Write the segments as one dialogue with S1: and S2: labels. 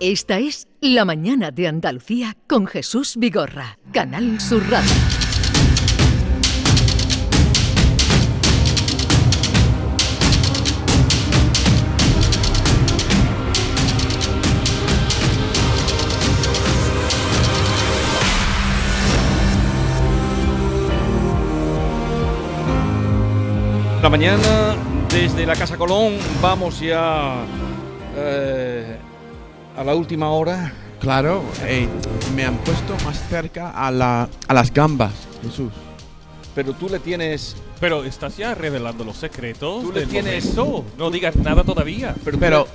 S1: Esta es La Mañana de Andalucía con Jesús Vigorra, Canal Sur Radio.
S2: La mañana desde la Casa Colón vamos ya eh, a la última hora.
S3: Claro, eh, me han puesto más cerca a, la, a las gambas, Jesús.
S2: Pero tú le tienes.
S4: Pero estás ya revelando los secretos.
S2: Tú le
S4: del
S2: tienes-
S4: momento. No digas nada todavía.
S2: Pero, tú
S3: Pero,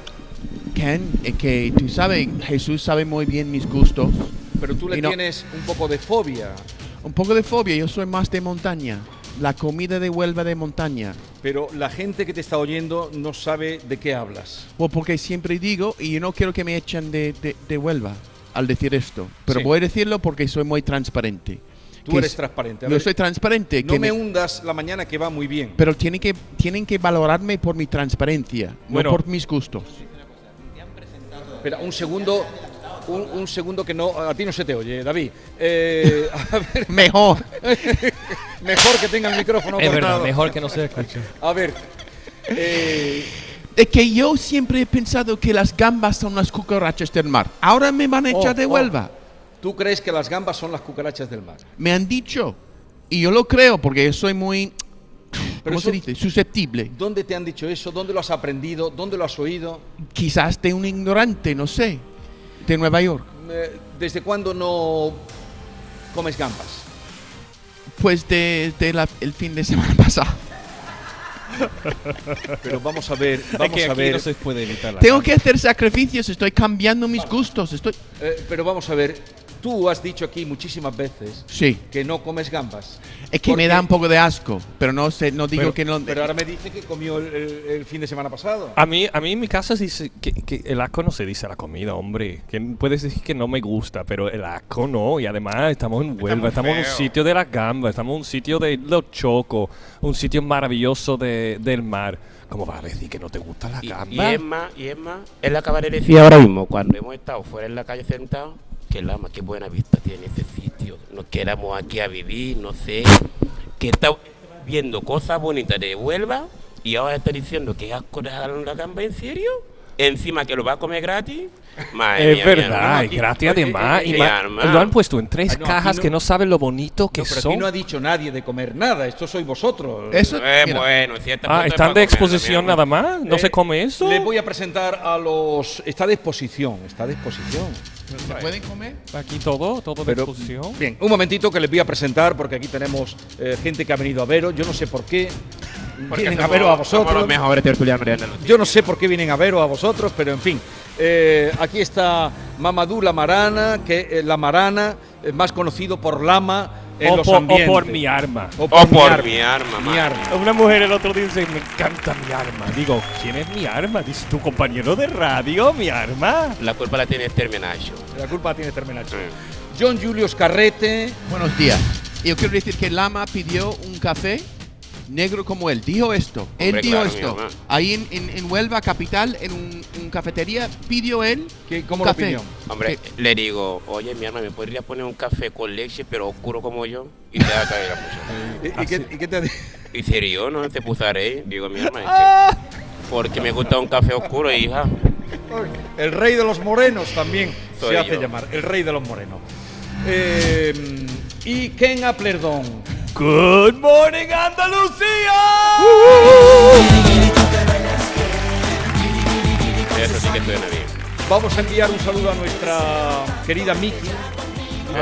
S2: le-
S3: Ken, es que tú sabes, Jesús sabe muy bien mis gustos.
S2: pero tú le
S3: y no-
S2: tienes un poco de fobia.
S3: Un poco de fobia, yo soy más de montaña. La comida de Huelva de montaña.
S2: Pero la gente que te está oyendo no sabe de qué hablas.
S3: Pues porque siempre digo, y yo no quiero que me echen de, de- de Huelva al decir esto. Pero
S2: Sí.
S3: voy a decirlo porque soy muy transparente.
S2: Tú
S3: Que
S2: eres
S3: es-
S2: transparente. A
S3: Yo
S2: ver,
S3: soy transparente.
S2: no
S3: Eh, que
S2: me
S3: me-
S2: hundas la mañana que va muy bien.
S3: pero tienen que, tienen que valorarme por mi transparencia,
S4: Bueno.
S3: no por mis gustos.
S2: Espera, un segundo. Un, un segundo que no. A ti no se te oye, David. Eh, a ver,
S3: Mejor.
S2: mejor que tenga el micrófono
S5: Es verdad,
S2: cortado.
S5: mejor que no se escuche.
S2: A ver. eh,
S3: Es que yo siempre he pensado que las gambas son las cucarachas del mar. Ahora me van a echar
S2: Oh,
S3: de
S2: oh.
S3: Huelva.
S2: ¿Tú crees que las gambas son las cucarachas del mar?
S3: Me han dicho. Y yo lo creo porque yo soy muy,
S2: Pero
S3: ¿cómo
S2: eso-
S3: se dice? Susceptible.
S2: ¿Dónde te han dicho eso? ¿Dónde lo has aprendido? ¿Dónde lo has oído?
S3: Quizás de un ignorante, no sé. De Nueva York.
S2: Eh, ¿Desde cuándo no comes gambas?
S3: Pues de, de la- el fin de semana pasado.
S2: Pero vamos a ver, vamos
S4: es que
S2: a
S4: aquí
S2: ver.
S4: no se puede evitar la
S3: Tengo
S4: gamba.
S3: que hacer sacrificios, estoy cambiando mis gustos. Estoy...
S2: eh, pero vamos a ver, tú has dicho aquí muchísimas veces
S3: Sí,
S2: que no comes gambas.
S3: es que
S2: Porque-
S3: me da un poco de asco, pero no sé, no digo
S4: Pero-
S3: que no...
S2: Pero ahora me dice que comió el, el- el fin de semana pasado.
S4: A mí, a mí en mi casa se dice que, que el asco no se dice a la comida, hombre. Que puedes decir que no me gusta, pero el asco no. Y además estamos en Huelva, estamos, en un sitio de las gambas, estamos en un sitio de los chocos, un sitio maravilloso de- del mar. ¿Cómo vas a decir que no te gustan las
S6: Y,
S4: gambas?
S6: y es más, y es más, él acabaré de decir ahora mismo, cuando hemos estado fuera en la calle sentados, que Lama, qué buena vista tiene este sitio. Nos quedamos aquí a vivir, no sé. Que está viendo cosas bonitas de Huelva y ahora está diciendo que asco de la gamba, ¿en serio? Encima que lo va a comer gratis. Madre
S4: Es
S6: mía, mi
S4: verdad,
S6: hermano.
S4: y gracias de más. y
S6: eh,
S4: más-
S6: arma.
S4: Lo han puesto en tres
S2: Ah, no, aquí
S4: cajas
S2: no-
S4: que no saben lo bonito que
S2: No, pero aquí
S4: son.
S2: no ha dicho nadie de comer nada, esto soy vosotros.
S3: Eso,
S6: Eh,
S3: mira,
S6: bueno, en cierta
S4: ah,
S6: forma
S4: están
S6: es
S4: de
S6: para comerlo, mi
S4: exposición
S6: hermano.
S4: nada más. No
S2: Eh,
S4: se come eso.
S2: Les voy a presentar a los. Está de exposición, está de exposición.
S3: ¿se pueden comer?
S4: Aquí todo, todo de
S2: Pero-
S4: exposición.
S2: Bien, un momentito que les voy a presentar porque aquí tenemos eh, gente que ha venido a veros. Yo no sé por qué vienen a
S6: somos-
S2: veros a
S6: somos
S2: vosotros.
S6: los mejores tertulianos de Andalucía.
S2: Yo no sé por qué vienen a veros a vosotros, pero en fin. Eh, aquí está Mamadou La Marana, que eh, La Marana, eh, más conocido por Lama en
S4: o,
S2: los
S4: por, o
S2: ambientes.
S4: por mi arma.
S2: O
S6: O por mi arma,
S2: Mi
S6: madre.
S2: arma.
S4: Una mujer el otro día dice, me encanta mi arma. Digo, ¿quién es mi arma? Dice, tu compañero de radio, mi arma.
S6: La culpa la tiene este Menacho.
S2: La culpa la tiene Termenacho. John Julius Carrete.
S3: Buenos días. Yo quiero decir que Lama pidió un café negro como él. Dijo esto. él
S6: Hombre,
S3: dijo
S6: claro, mi
S3: esto.
S6: mamá.
S3: Ahí en, en- en Huelva, capital, en un, un cafetería, pidió él.
S2: ¿Qué-
S3: un
S2: cómo lo
S3: café.
S2: pidió?
S6: Hombre, le digo, oye, mi hermano, ¿me podría poner un café con leche, pero oscuro como yo? Y te va a caer la
S2: ¿Y,
S6: muchacha.
S2: y qué, y qué te
S6: Y se rió, ¿no? Se puso a reír. Digo, mi
S3: ¡Ah!
S6: hermano, es que- porque me gusta un café oscuro, hija.
S2: El rey de los morenos también
S6: Soy
S2: se hace
S6: yo.
S2: llamar. El rey de los morenos. Eh, y Ken Aplerdón.
S4: Good morning, Andalucía. Uh-huh.
S6: Eso sí que suena bien.
S2: Vamos a enviar un saludo a nuestra querida Miki,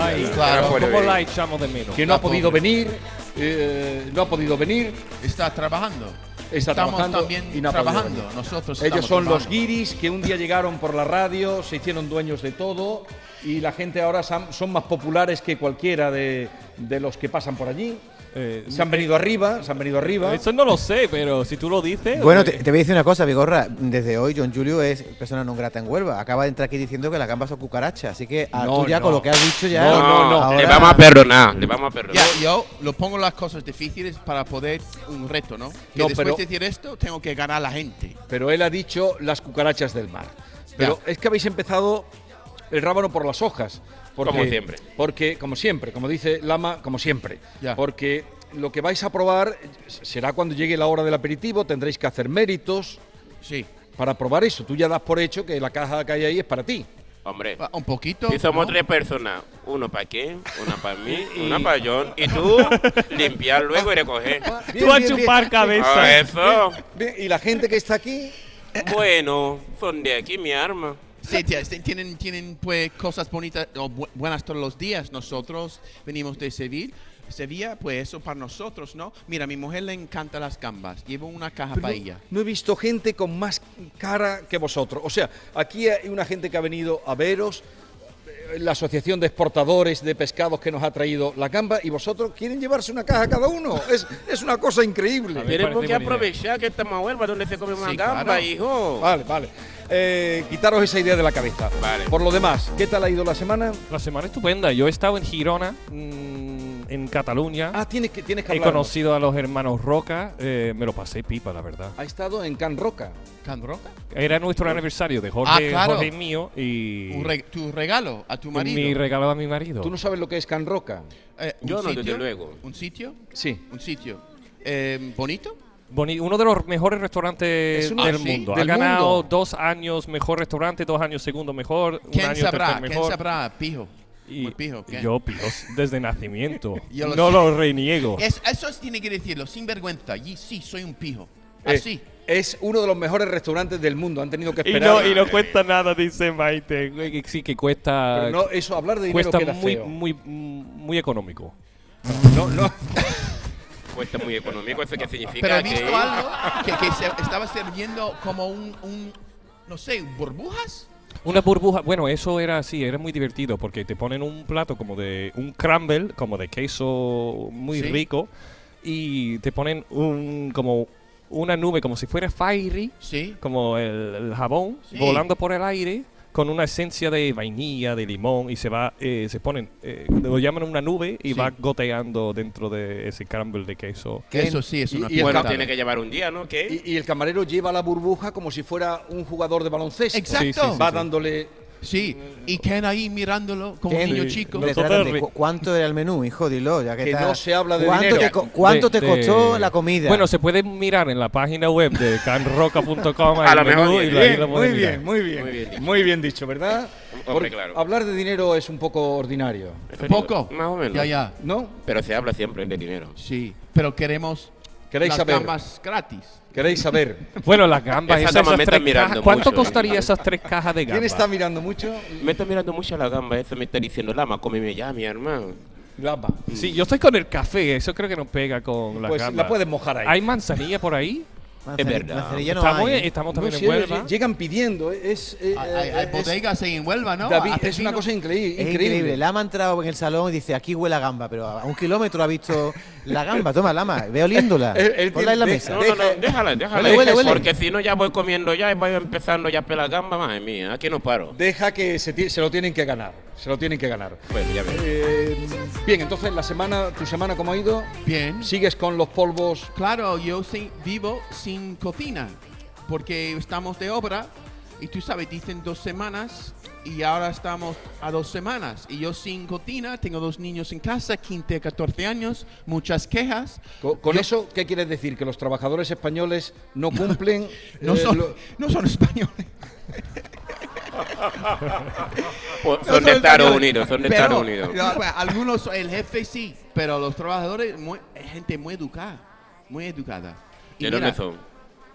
S4: Ay,
S3: Claro,
S4: ¿cómo
S6: pobre.
S4: la echamos de menos?
S2: que no
S3: La
S2: ha podido
S3: pobre.
S2: venir, eh, no ha podido venir,
S3: Está trabajando.
S2: Está
S3: Estamos
S2: trabajando y
S3: también
S2: no ha podido
S3: trabajando.
S2: venir.
S3: Nosotros
S2: ellos
S3: estamos
S2: son los
S3: trabajando.
S2: guiris que un día llegaron por la radio, se hicieron dueños de todo y la gente ahora sam- son más populares que cualquiera de, de los que pasan por allí.
S4: Eh,
S2: Se han venido arriba, se han venido arriba.
S4: Eso no lo sé, pero si tú lo dices...
S7: Bueno, te,
S4: eh,
S7: te voy a decir una cosa, Vigorra. Desde hoy, John Julio es persona non grata en Huelva. Acaba de entrar aquí diciendo que las gambas son cucarachas. Así que a
S2: No,
S7: tú ya
S2: no.
S7: con lo que has dicho ya.
S6: le
S7: ahora-
S6: vamos a perdonar, le vamos a perdonar.
S3: Ah. Ya, yo lo pongo las cosas difíciles para poder un reto, ¿no? Que
S2: No,
S3: después
S2: pero-
S3: de decir esto, tengo que ganar a la gente.
S2: Pero él ha dicho las cucarachas del mar. Pero es que habéis empezado el rábano por las hojas. Porque,
S6: Como siempre.
S2: Porque, como siempre, como dice Lama, como siempre.
S3: Ya.
S2: Porque lo que vais a probar eh, será cuando llegue la hora del aperitivo, tendréis que hacer méritos
S3: Sí.
S2: para probar eso. Tú ya das por hecho que la caja que hay ahí es para ti.
S6: Hombre,
S3: Va, Un poquito.
S6: si somos
S3: Ah, ¿no?
S6: tres personas, uno para quién, una para mí, una para John, y tú limpiar luego y recoger.
S4: Tú a chupar
S6: Ah,
S4: cabeza.
S6: eso.
S2: Bien, y la gente que está aquí,
S6: Bueno, son de aquí mi arma.
S3: Sí, tía, sí, tienen, tienen pues cosas bonitas o bu- buenas todos los días. Nosotros venimos de Sevilla. Sevilla, pues eso para nosotros, ¿no? Mira, a mi mujer le encanta las gambas. Llevo una caja
S2: Pero
S3: para
S2: no-
S3: ella.
S2: No he visto gente con más cara que vosotros. O sea, aquí hay una gente que ha venido a veros, eh, la Asociación de Exportadores de Pescados que nos ha traído la gamba, y vosotros quieren llevarse una caja cada uno. Es, es una cosa increíble.
S4: A ver.
S6: Tenemos
S4: parece
S6: que
S4: buena idea.
S6: aprovechar que estamos a Huelva, donde se come más
S3: Sí,
S6: gamba,
S3: claro.
S6: hijo.
S4: Ah,
S2: Vale, vale. Eh, quitaros esa idea de la cabeza.
S6: Vale.
S2: Por lo demás, ¿qué tal ha ido la semana?
S4: La semana estupenda. Yo he estado en Girona, mm, en Cataluña.
S2: Ah, tienes que, tienes que
S4: He
S2: hablar.
S4: conocido a los hermanos Roca, eh, me lo pasé pipa, la verdad.
S2: Ha estado en Can Roca.
S3: ¿Can Roca?
S4: Era nuestro aniversario de Jorge,
S3: Ah, claro.
S4: Jorge y mío y
S3: Un reg- ¿Tu regalo a tu marido?
S4: mi regalo a mi marido.
S2: ¿Tú no sabes lo que es Can Roca?
S3: Eh, un
S6: Yo no, desde
S3: sitio-
S6: luego.
S3: ¿Un sitio?
S2: Sí.
S3: ¿Un sitio? eh, ¿Bonito?
S4: Boni- uno de los mejores restaurantes
S2: Es uno-
S4: del
S3: Ah, ¿sí?
S4: mundo.
S2: Del
S4: ha ganado
S2: mundo.
S4: dos años mejor restaurante, dos años segundo mejor, un
S3: ¿Quién
S4: año
S3: sabrá?
S4: tercer
S3: ¿Quién
S4: mejor.
S3: sabrá? Pijo.
S4: Y
S3: Muy pijo. ¿qué?
S4: yo pijos desde nacimiento.
S3: Yo lo
S4: no
S3: sé.
S4: lo reniego.
S3: Es- eso tiene que decirlo, sin vergüenza. Y sí, soy un pijo.
S2: Eh,
S3: Así.
S2: es uno de los mejores restaurantes del mundo. Han tenido que
S4: Ah, Y
S2: esperar.
S4: no, y no cuesta nada, dice Maite. Que Sí, que cuesta.
S2: Pero no, eso, hablar de dinero
S4: Ah, cuesta
S2: queda
S4: muy,
S2: feo.
S4: muy, muy económico.
S2: No, no.
S6: Cuesta muy económico, eso que significa
S3: Pero he
S6: que...
S3: visto algo que, que se estaba sirviendo como un, un, no sé, burbujas.
S4: Una burbuja, bueno, eso era así, era muy divertido porque te ponen un plato como de un crumble, como de queso muy
S3: Sí.
S4: rico y te ponen un como una nube como si fuera fiery,
S3: Sí.
S4: como el, el jabón
S3: Sí.
S4: volando por el aire con una esencia de vainilla, de limón y se va eh, se ponen eh, lo llaman una nube y
S3: Sí.
S4: va goteando dentro de ese crumble de queso.
S3: Eso sí es
S2: Y-
S3: una
S2: y el cambio.
S6: Bueno,
S3: puerta.
S6: tiene que llevar un día, ¿no? ¿Qué?
S2: Y, y el camarero lleva la burbuja como si fuera un jugador de baloncesto.
S3: Exacto.
S4: Sí, sí, sí,
S2: Va
S4: sí.
S2: dándole.
S3: Sí. Y Ken ahí mirándolo como un
S7: Ken,
S3: niño
S4: Sí.
S3: chico.
S4: Los
S7: Le tratan de
S4: hoteles.
S7: cu- ¿Cuánto era el menú, hijo? Dilo, ya que,
S2: Que
S7: está-
S2: no se habla de
S7: ¿Cuánto
S2: dinero.
S7: Te, co- ¿Cuánto
S4: De-
S7: te
S4: de-
S7: costó la comida?
S4: Bueno, se puede mirar en la página web de canroca.com
S6: A
S4: el
S6: lo mejor
S4: menú, y
S6: bien,
S4: lo- ahí lo
S2: muy
S4: puedes mirar.
S2: bien, muy bien,
S6: Muy
S2: muy
S6: bien dicho.
S2: bien. dicho, ¿verdad?
S6: Hombre, claro.
S2: Hablar de dinero es un poco ordinario,
S3: Poco.
S6: Más o menos.
S3: Ya, ya.
S2: ¿no?
S6: Pero se habla siempre de dinero.
S3: Sí. Pero queremos
S2: ¿Queréis
S3: las
S2: saber?
S3: gambas gratis.
S2: Queréis saber.
S4: Bueno, las gambas,
S6: Esa
S4: esas
S6: dama me
S4: tres
S6: está mirando
S4: cajas- ¿Cuánto
S6: mucho, ¿eh?
S4: costaría esas tres cajas de gambas?
S2: ¿Quién está mirando mucho?
S6: Me está mirando mucho la gamba, eso me está diciendo Lama, cómeme ya, mi hermano.
S2: Lama.
S4: Sí, yo estoy con el café, eso creo que nos pega con las
S2: Pues
S4: gambas.
S2: la puedes mojar ahí.
S4: ¿Hay manzanilla por ahí?
S7: Manzani-
S6: es verdad.
S7: manzanilla no
S4: estamos,
S7: hay, ¿eh?
S4: estamos
S2: No,
S4: también
S2: sí,
S4: en Huelva.
S2: Llegan pidiendo. eh, Es, eh,
S3: Hay, hay- hay
S2: eh, es-
S3: bodegas ahí en Huelva, ¿no?
S2: David,
S3: Hacen
S2: es una
S3: vino.
S2: cosa increíble.
S7: Es increíble. Lama ha entrado en el salón y dice, aquí huele a gamba, pero a un kilómetro ha visto la gamba. Toma, Lama, ve oliéndola.
S2: Él- él
S7: Ponla en la
S2: tiene-
S7: mesa.
S6: No, no, no,
S2: Deja-
S6: déjala, déjala.
S7: Huele, huele, huele.
S6: Porque si no, ya voy comiendo ya y voy empezando ya a pelar gamba, madre mía, aquí no paro.
S2: Deja que se, ti- se lo tienen que ganar. Se lo tienen que ganar.
S6: Bueno, ya ves.
S2: Eh, bien, entonces la semana, tu semana cómo ha ido?
S3: Bien.
S2: ¿Sigues con los polvos?
S3: Claro, yo sí- vivo sin cocina porque estamos de obra y tú sabes, dicen dos semanas y ahora estamos a dos semanas y yo sin cocina, tengo dos niños en casa, 15 a 14 años, muchas quejas.
S2: Co- ¿Con,
S3: Yo-
S2: eso qué quieres decir? ¿Que los trabajadores españoles no cumplen?
S3: No
S2: eh,
S3: son,
S2: lo-
S3: no son españoles.
S6: Pues
S3: No
S6: son de Estados
S3: españoles,
S6: Unidos, son de
S3: pero-
S6: Estados Unidos.
S3: pero, bueno, algunos, el jefe sí, pero los trabajadores, muy- gente muy educada, muy educada. Y
S6: ¿De dónde
S3: mira,
S6: son?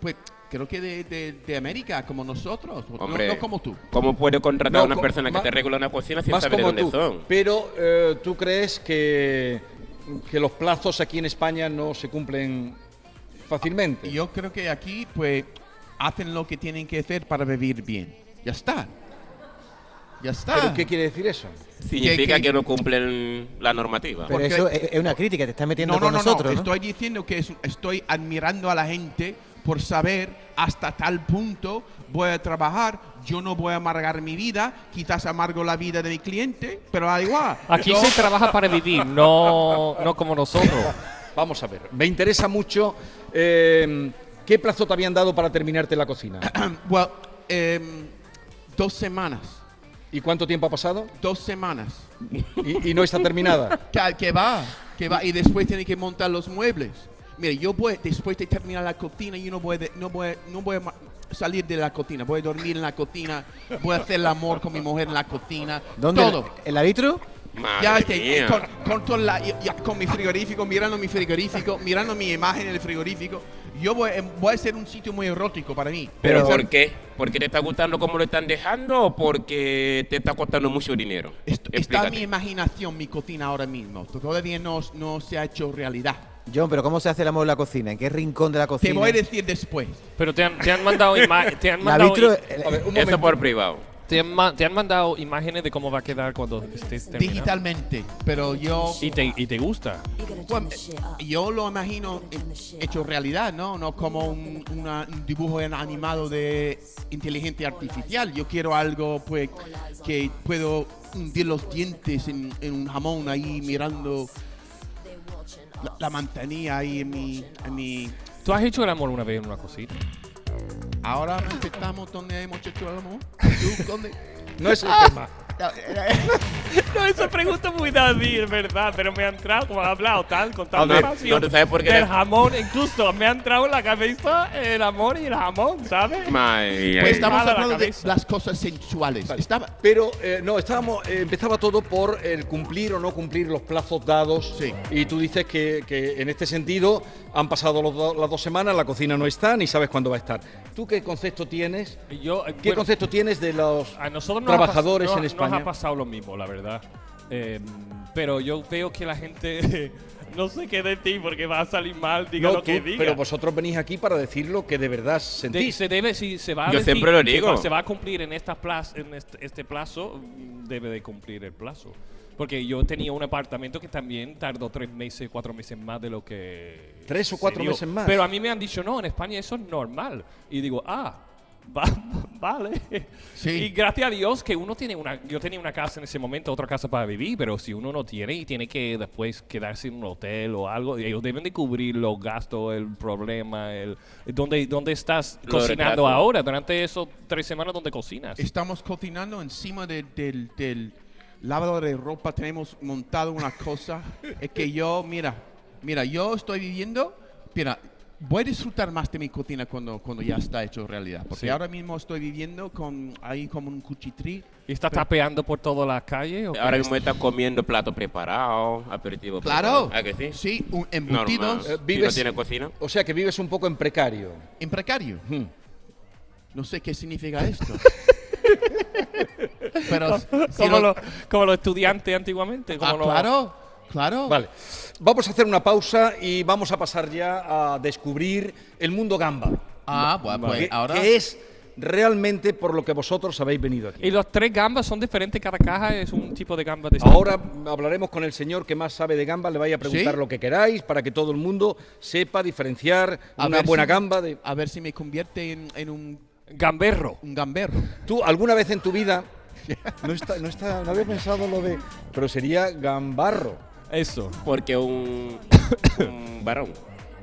S3: Pues creo que de, de- de América, como nosotros, no-
S6: Hombre,
S3: no como tú.
S6: ¿Cómo puedes contratar
S2: No,
S6: a una
S2: co-
S6: persona que
S2: más-
S6: te regula una cocina sin
S2: más
S6: saber de
S2: como
S6: dónde
S2: tú.
S6: son?
S2: Pero eh, tú crees que, que los plazos aquí en España no se cumplen fácilmente.
S3: Yo creo que aquí, pues, hacen lo que tienen que hacer para vivir bien. Ya está. Ya está.
S2: ¿Pero qué quiere decir eso?
S6: Significa
S3: que-
S6: que no cumplen la normativa.
S7: Pero
S3: Porque-
S7: eso es es una crítica, te estás metiendo
S3: no, no,
S7: con
S3: no,
S7: nosotros,
S3: no.
S7: ¿no?
S3: Estoy diciendo que es- estoy admirando a la gente por saber hasta tal punto voy a trabajar, yo no voy a amargar mi vida, quizás amargo la vida de mi cliente, pero da igual.
S4: Aquí
S3: Yo-
S4: se trabaja para vivir, no, no como nosotros.
S2: Vamos a ver, me interesa mucho em, eh, qué plazo te habían dado para terminarte la cocina.
S3: Well, em, Dos semanas.
S2: ¿Y cuánto tiempo ha pasado?
S3: Dos semanas.
S2: Y, y no está terminada.
S3: Que, que va, que va. Y después tiene que montar los muebles. Mire, yo voy, después de terminar la cocina, yo no voy, de- no voy, no voy a ma- salir de la cocina. Voy a dormir en la cocina. Voy a hacer el amor con mi mujer en la cocina.
S7: ¿Dónde?
S3: Todo.
S7: ¿El arbitro?
S6: Madre
S3: Ya, este,
S6: mía.
S3: con, con toda la- ya- ya, con mi frigorífico, mirando mi frigorífico, mirando mi imagen en el frigorífico. Yo voy, em, voy a ser un sitio muy erótico para mí.
S6: ¿Pero
S7: Pero-
S6: por qué? ¿Porque te está gustando cómo lo están dejando o porque te está costando mucho dinero?
S3: Est- está
S6: Explícate.
S3: mi imaginación, mi cocina ahora mismo. Todavía no, no se ha hecho realidad.
S7: John, pero ¿cómo se hace el amor en la cocina? ¿En qué rincón de la
S3: Te
S7: cocina?
S3: voy a decir después.
S4: Pero te han, te han mandado ima- te han
S7: El
S4: mandado
S7: arbitro.
S4: i-
S7: el-
S2: A ver, un
S6: Eso
S2: momento.
S6: por privado.
S4: te han ma- te han mandado imágenes de cómo va a quedar cuando estés terminado.
S3: Digitalmente. Pero yo.
S4: Y te, y te gusta.
S3: Bueno, yo lo imagino he- hecho realidad, ¿no? No como un, una- un dibujo en- animado de inteligencia artificial. Yo quiero algo, pues, que puedo hundir los dientes en, en un jamón ahí mirando la, la manzanilla ahí en mi, en mi...
S4: ¿Tú has hecho el amor una vez en una cosita?
S3: Ahora empezamos donde hemos hecho el amor. ¿Tú, dónde?
S2: No es el tema.
S4: No, esa pregunta es muy David, es verdad, pero me ha entrado, como ha hablado tan, con
S6: A
S4: tanta
S6: ver,
S4: pasión
S6: no, ¿sabes por qué?
S4: Del jamón, incluso me ha entrado en la cabeza el amor y el jamón, ¿sabes?
S6: Madre
S3: Pues
S6: mía.
S3: estamos
S4: Nada, la
S3: hablando de
S4: cabeza.
S3: las cosas sensuales. Estaba...
S2: Pero eh, no, estábamos, eh, empezaba todo por el cumplir o no cumplir los plazos dados.
S3: Sí.
S2: Y tú dices que, que en este sentido han pasado los do- las dos semanas, la cocina no está, ni sabes cuándo va a estar. ¿Tú qué concepto tienes?
S4: Yo, eh,
S2: ¿Qué
S4: bueno, Ah,
S2: concepto tienes de los
S4: a nosotros nos ha pas-
S2: trabajadores
S4: no-
S2: en
S4: Nos
S2: España?
S4: ha pasado lo mismo, la verdad. Eh, pero yo veo que la gente no sé qué decir porque va a salir mal, diga
S2: No,
S4: lo que
S2: tú,
S4: diga.
S2: pero vosotros venís aquí para decir lo que de verdad
S4: De-
S2: sentís.
S4: se debe, si se va a
S6: Yo
S4: decir
S6: siempre lo
S4: que
S6: digo.
S4: se va a cumplir en, esta plaza, en este, este plazo, mm, debe de cumplir el plazo. Porque yo tenía un apartamento que también tardó tres meses, cuatro meses más de lo que...
S2: Tres o
S4: se
S2: cuatro
S4: dio.
S2: meses más.
S4: Pero a mí me han dicho, no, en España eso es normal. Y digo, ah, va- vale.
S3: Sí.
S4: Y gracias a Dios que uno tiene una... Yo tenía una casa en ese momento, otra casa para vivir, pero si uno no tiene y tiene que después quedarse en un hotel o algo, ellos deben de cubrir los gastos, el problema, el... ¿Dónde, dónde estás
S6: Lo
S4: cocinando
S6: retraso.
S4: ahora, durante esos tres semanas donde cocinas.
S3: Estamos cocinando encima de- del, del lavador de ropa. Tenemos montado una cosa. es que yo, mira, mira, yo estoy viviendo. Mira, voy a disfrutar más de mi cocina cuando, cuando ya está hecho realidad. Porque
S4: Sí.
S3: ahora mismo estoy viviendo con ahí como un cuchitrí.
S4: ¿Y estás tapeando por toda la calle?
S3: Ah,
S4: o qué?
S6: eh, Ahora mismo estás comiendo plato preparado, aperitivo.
S3: Claro.
S6: preparado. ¿A Ah, que sí?
S3: Sí, un-
S6: Normal.
S3: embutidos
S2: Eh,
S6: Si no
S2: vives-
S6: tiene cocina.
S2: O sea que vives un poco en precario.
S3: en precario.
S2: Hmm.
S3: No sé qué significa esto. Pero si
S4: Como,
S3: no-
S4: los- como los estudiantes antiguamente. Como
S3: Ah,
S4: los-
S3: claro, claro.
S2: Vale, vamos a hacer una pausa y vamos a pasar ya a descubrir el mundo gamba,
S3: Ah, bueno, pues
S2: que,
S3: ahora.
S2: que es realmente por lo que vosotros habéis venido aquí.
S4: Y los tres gambas son diferentes, cada caja es un tipo de gamba
S3: Oh,
S4: distinto.
S2: Ahora hablaremos con el señor que más sabe de gamba, le vais a preguntar
S3: ¿Sí?
S2: lo que queráis para que todo el mundo sepa diferenciar
S3: A
S2: una
S3: ver
S2: buena
S3: si-
S2: gamba de...
S3: A ver si me convierte en, en un,
S4: Gamberro.
S3: un gamberro.
S2: ¿Tú alguna vez en tu vida... No, está, no, está, no había pensado lo de... Pero sería gambarro.
S4: Eso.
S6: Porque un, un varón.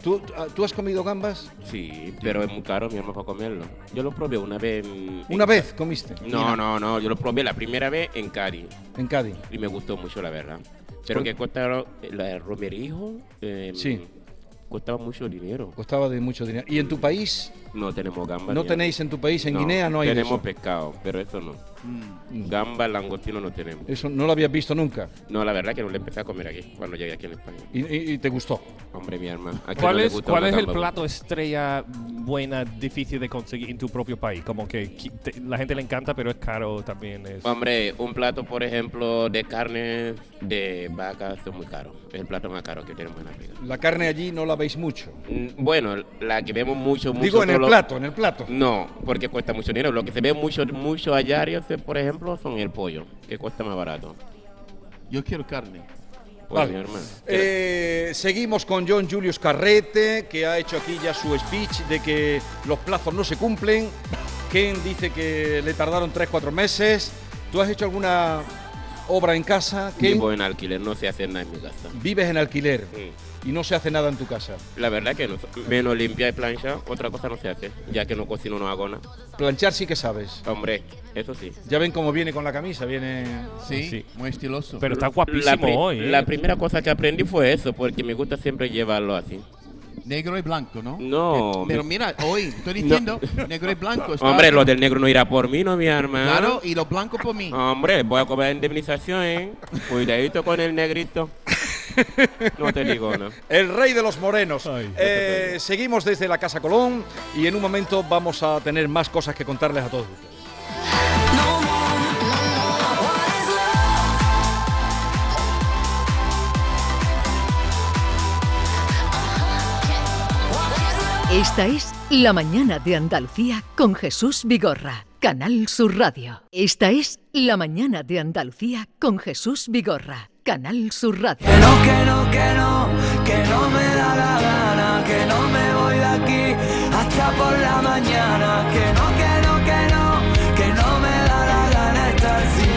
S2: ¿Tú, tú- ¿Tú has comido gambas?
S6: Sí, pero es muy caro, mi hermano, para comerlo. Yo lo probé una vez. En,
S2: Una
S6: en-
S2: vez comiste
S6: No, no, no. Yo lo probé la primera vez en Cari
S2: en Cádiz.
S6: y me gustó mucho, la verdad. Pero que costaron la romerijo. eh,
S2: Pues Sí.
S6: Costaba mucho dinero.
S2: Costaba de mucho dinero. ¿Y en tu país?
S6: No tenemos gamba.
S2: ¿No
S6: ni-
S2: tenéis en tu país? ¿En Guinea no hay de
S6: Tenemos
S2: eso? Mm.
S6: pescado, pero eso no. Gamba, langostino no tenemos.
S2: Eso no lo habías visto nunca.
S6: No, la verdad que no lo empecé a comer aquí cuando llegué aquí en España.
S2: Y, y- y te gustó.
S6: Hombre, mi hermano. ¿a quién no
S4: ¿Cuál
S6: le
S4: es,
S6: gusta
S4: cuál
S6: una
S4: es el
S6: gamba?
S4: plato estrella buena, difícil de conseguir en tu propio país? Como que qui- te- la gente le encanta, pero es caro también. Es...
S6: pues. Hombre, un plato, por ejemplo, de carne de vaca es muy caro. Es el plato más caro que tenemos en África.
S2: La carne allí no la veis mucho.
S6: Mm, Bueno, la que vemos mucho, mucho.
S2: Digo en el
S6: solo-
S2: plato, en el plato.
S6: No, porque cuesta mucho dinero. Lo que se ve mucho, mucho allá, yo sé, por ejemplo, son el pollo, que cuesta más barato.
S3: Yo quiero carne.
S6: Bueno,
S2: Vale.
S6: mi hermano.
S2: Eh, seguimos con John Julius Carrete, que ha hecho aquí ya su speech de que los plazos no se cumplen. Ken dice que le tardaron 3-4 meses. ¿Tú has hecho alguna obra en casa, que
S6: Vivo en alquiler, no sé hacer nada en mi casa.
S2: vives en alquiler
S6: pues. Sí.
S2: y no se hace nada en tu casa.
S6: La verdad que no, menos limpiar y planchar, otra cosa no se hace, ya que no cocino, no hago nada.
S2: Planchar sí que sabes.
S6: Hombre, eso sí.
S2: Ya ven cómo viene con la camisa, viene...
S3: Sí,
S4: Sí.
S3: muy estiloso.
S4: Pero está
S6: La,
S4: guapísimo
S6: pri-
S4: hoy. ¿eh?
S6: la primera cosa que aprendí fue eso, porque me gusta siempre llevarlo así.
S3: negro y blanco, ¿no?
S6: No,
S3: Eh, Pero mira, hoy estoy diciendo negro y blanco. está-
S6: Hombre, lo Ah. del negro no irá por mí, no, mi hermano.
S3: Claro, y lo blanco por mí.
S6: Hombre, voy a cobrar indemnización, ¿eh? Cuidadito con el negrito. No te digo, no.
S2: El rey de los morenos.
S4: Ay.
S2: Eh, seguimos desde la Casa Colón y en un momento vamos a tener más cosas que contarles a todos ustedes.
S1: Esta es La mañana de Andalucía con Jesús Vigorra, Canal Sur Radio. Esta es La mañana de Andalucía con Jesús Vigorra, Canal Sur Radio.
S5: Que no, que no, que no, que no me da la gana, que no me voy de aquí hasta por la mañana. Que no, que no, que no, que no me da la gana estar sin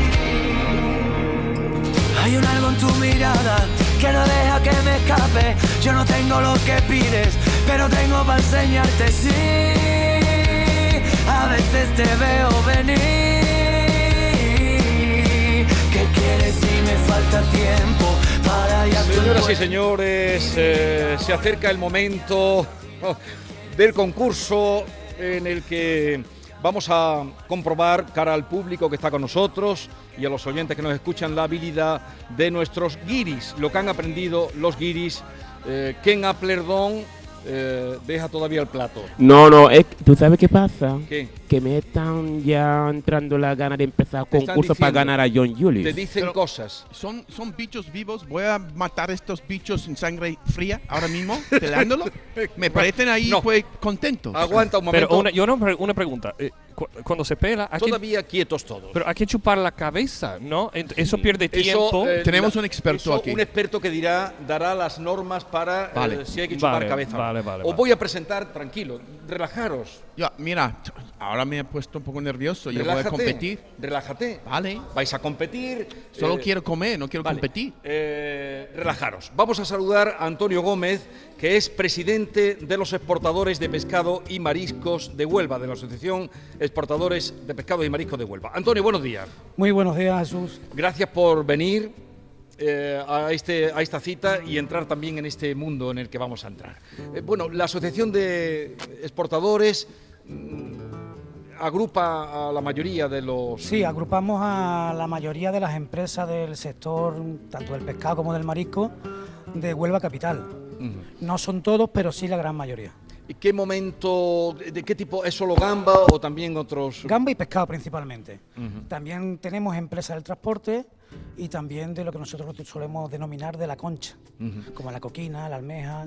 S5: ti. Hay un algo en tu mirada que no deja que me escape. Yo no tengo lo que pides, pero tengo para enseñarte, sí. A veces te veo venir. ¿Qué quieres si me falta tiempo para ir a tu
S2: Señoras y
S5: encuentro?
S2: señores, eh, se acerca el momento oh, del concurso en el que vamos a comprobar cara al público que está con nosotros y a los oyentes que nos escuchan la habilidad de nuestros guiris, lo que han aprendido los guiris. Eh, Ken Applerdon eh, deja todavía el plato.
S6: No, no, es- ¿tú sabes qué pasa?
S2: ¿Qué?
S6: Que me están ya entrando las ganas de empezar
S2: Te están
S6: concursos para
S2: diciendo.
S6: ganar a John
S2: Te
S6: Julius.
S2: dicen
S3: Pero-
S2: cosas.
S3: Son, son bichos vivos. Voy a matar estos bichos en sangre fría ahora mismo, peleándolo. Me parecen ahí
S2: No.
S3: pues contentos.
S2: Aguanta un momento.
S4: Pero una, yo no, una pregunta. eh, cu- cuando se pela, hay que-
S2: Todavía quietos todos.
S4: pero hay que chupar la cabeza, ¿no? Ent- Eso pierde
S2: Eso,
S4: tiempo.
S2: eh,
S3: Tenemos un experto
S2: eso,
S3: aquí.
S2: Un experto que dirá, dará las normas para eh,
S3: Vale.
S2: si hay que chupar
S4: Vale,
S2: cabeza.
S4: vale, vale,
S2: Os
S4: vale.
S2: voy a presentar, tranquilo, relajaros.
S3: Ya, mira, ahora me he puesto un poco nervioso. Yo voy
S2: relájate,
S3: a competir.
S2: Relájate.
S3: Vale.
S2: Vais a competir.
S3: Solo
S2: eh,
S3: quiero comer, no quiero
S2: vale.
S3: competir.
S2: Eh, relajaros. Vamos a saludar a Antonio Gómez, que es presidente de los exportadores de pescado y mariscos de Huelva, de la Asociación Exportadores de Pescado y Mariscos de Huelva. Antonio, buenos días.
S8: Muy buenos días, Jesús.
S2: Gracias por venir eh, a, este, a esta cita y entrar también en este mundo en el que vamos a entrar. Eh, bueno, la Asociación de Exportadores mm, agrupa a la mayoría de los...
S8: Sí, agrupamos a la mayoría de las empresas del sector, tanto del pescado como del marisco, de Huelva Capital.
S2: Ujú.
S8: No son todos, pero sí la gran mayoría.
S2: ¿Y ¿Qué momento, de qué tipo, es solo gamba o también otros?
S8: Gamba y pescado principalmente. También tenemos empresas del transporte y también de lo que nosotros solemos denominar de la concha,
S2: Ujú.
S8: como la coquina, la almeja.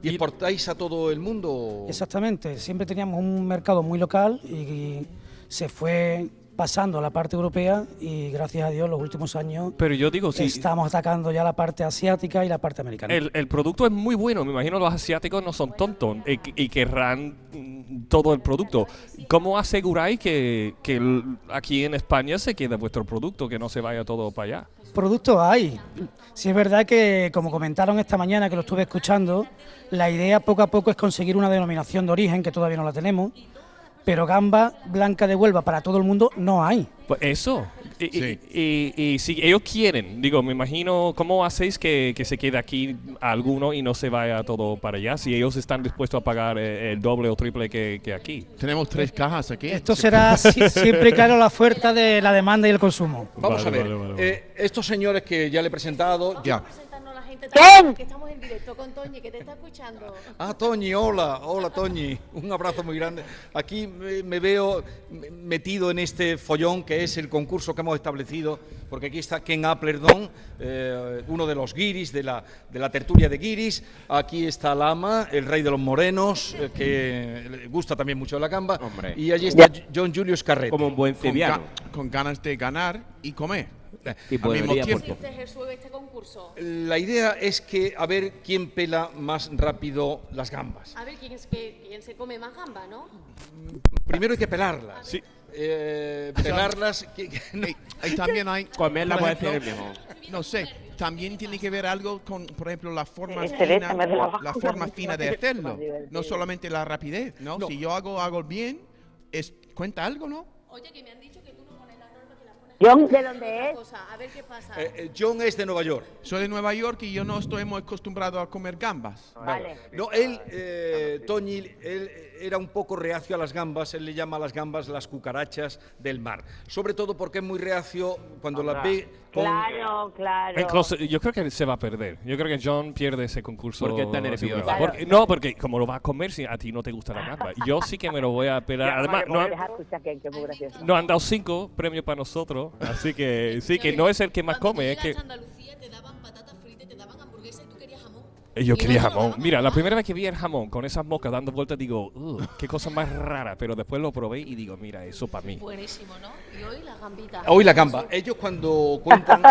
S2: ¿Y exportáis a todo el mundo?
S8: Exactamente, siempre teníamos un mercado muy local y se fue pasando a la parte europea y gracias a Dios los últimos años
S4: Pero yo digo, si
S8: Estamos atacando ya la parte asiática y la parte americana.
S4: el, el producto es muy bueno, me imagino los asiáticos no son tontos y, que- y querrán mm, todo el producto. ¿Cómo aseguráis que, que el- aquí en España se quede vuestro producto, que no se vaya todo para allá?
S8: Productos hay. Sí es verdad que, Eh, como comentaron esta mañana que lo estuve escuchando, la idea poco a poco es conseguir una denominación de origen, que todavía no la tenemos, pero gamba blanca de Huelva para todo el mundo no hay.
S4: Pues eso. Y,
S3: Sí.
S4: y- y- y si ellos quieren, digo, me imagino, ¿cómo hacéis que, que se quede aquí alguno y no se vaya todo para allá? Si ellos están dispuestos a pagar eh, el doble o triple que, que aquí.
S3: Tenemos tres cajas aquí.
S8: Esto será si- siempre, claro, la oferta de la demanda y el consumo.
S2: Vamos
S4: Vale,
S2: a ver,
S4: vale, vale, vale.
S2: eh, estos señores que ya le he presentado...
S3: Ya.
S9: presentarnos a la gente también, que estamos en directo con Toñi, que te está escuchando.
S2: Ah, Toñi, hola, hola Toñi, un abrazo muy grande. Aquí me, me veo me- metido en este follón que es el concurso que hemos establecido, porque aquí está Ken Applerdon, eh, uno de los guiris, de la, de la tertulia de guiris. Aquí está Lama, el rey de los morenos, eh, que le gusta también mucho la gamba.
S6: Hombre.
S2: Y allí está John Julius Carret.
S6: Como un buen
S3: con,
S6: cebiano.
S3: ga- con ganas de ganar y comer. Eh,
S6: Y
S3: al mismo
S6: podría,
S3: tiempo.
S9: ¿Qué hiciste, Jesús, en este concurso?
S2: La idea es que a ver quién pela más rápido las gambas.
S10: Ah.
S9: A ver, ¿quién, es que, quién se come más gamba, ¿no?
S2: Primero hay que pelarlas.
S4: Sí.
S2: eh, pelarlas. que- que no-
S3: Y- y también hay.
S6: Comerla
S3: por
S6: puede
S3: ejemplo,
S6: ser mejor.
S3: No sé. También tiene que ver algo con, por ejemplo, la forma
S10: Excelente,
S3: fina,
S10: me relajo
S3: la
S10: con
S3: forma
S10: la
S3: fina de
S10: música, que es
S3: hacerlo.
S10: más divertido.
S3: No solamente la rapidez, ¿no?
S2: No.
S3: Si yo hago algo bien, es cuenta algo, ¿no?
S10: John,
S9: ¿De dónde es? A ver qué pasa.
S2: Eh, eh, John es de Nueva York.
S3: Soy de Nueva York y yo no estoy muy acostumbrado a comer gambas.
S10: vale.
S2: No, él, eh, Toñi, él era un poco reacio a las gambas, él le llama a las gambas las cucarachas del mar. Sobre todo porque es muy reacio cuando las ve con...
S10: Claro, claro.
S4: Incluso, Eh, yo creo que se va a perder. Yo creo que John pierde ese concurso.
S6: Porque está nervioso.
S4: asegurado.
S6: Claro.
S4: Porque- no, porque como lo va a comer si a ti no te gusta la gamba. Yo sí que me lo voy a pelar. Además, no han,
S10: Deja escuchar que que es muy gracioso.
S4: no han dado cinco premios para nosotros. Así que sí, que no es el que más come. Es que
S9: Andalucía te daban patatas fritas, te daban hamburguesa y tú querías jamón.
S4: Eh, yo quería jamón. Mira, la primera vez que vi el jamón con esas moscas dando vueltas, digo, "Ugh, qué cosa más rara. Pero después lo probé y digo, mira, eso para mí.
S9: Buenísimo, ¿no? Y hoy la gambita.
S2: Hoy la gamba. Ellos cuando cuentan,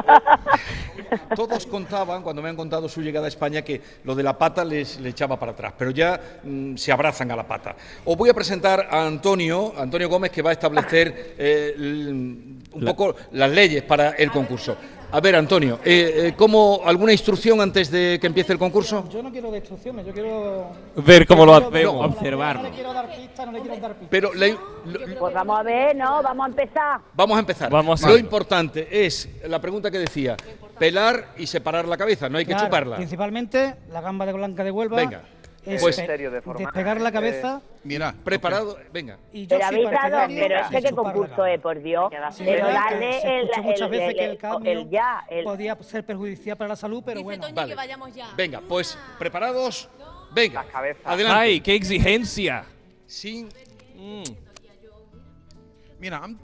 S2: todos contaban, cuando me han contado su llegada a España, que lo de la pata les, le echaba para atrás, pero ya mm, se abrazan a la pata. Os voy a presentar a Antonio, Antonio Gómez, que va a establecer eh, l- un poco las leyes para el concurso. A ver, Antonio, eh, eh, ¿cómo, ¿alguna instrucción antes de que empiece el concurso?
S8: Yo no quiero destrucciones, yo quiero.
S4: Ver cómo lo
S8: yo quiero ver
S4: hacemos.
S8: cómo la-
S6: observarlo.
S8: No le quiero dar pistas, no le quiero dar pistas.
S2: Pero le- lo-
S10: Pues vamos a ver, ¿no? Vamos a empezar.
S2: Vamos a empezar.
S4: Vamos a
S2: Lo
S4: hacerlo.
S2: importante es la pregunta que decía, pelar y separar la cabeza, no hay que
S8: Claro,
S2: chuparla.
S8: Principalmente la gamba de blanca de Huelva.
S2: Venga.
S8: es
S2: Pues-
S8: pe-
S11: Serio de forma,
S8: despegar la
S11: eh,
S8: cabeza.
S3: Mira.
S2: Preparado, venga.
S8: Y yo
S10: Pero
S8: soy
S10: habéis dado,
S8: partidario
S10: pero
S8: de
S10: este que
S8: chupar la
S10: concurso
S8: gamba.
S10: es, por Dios.
S8: Sí,
S10: Pero
S8: verdad que
S10: darle
S8: se
S10: el,
S8: escuchó muchas
S10: el,
S8: veces
S10: el,
S8: que el
S10: el-
S8: cambio
S10: el ya, el,
S8: podía ser perjudicial para la salud, pero
S9: Dice
S8: bueno.
S9: Toñi
S2: Vale.
S9: que vayamos ya.
S2: Venga, pues preparados. Venga,
S11: Las cabezas.
S2: adelante.
S4: Ay, qué exigencia.
S2: Sin
S3: Mira, I'm-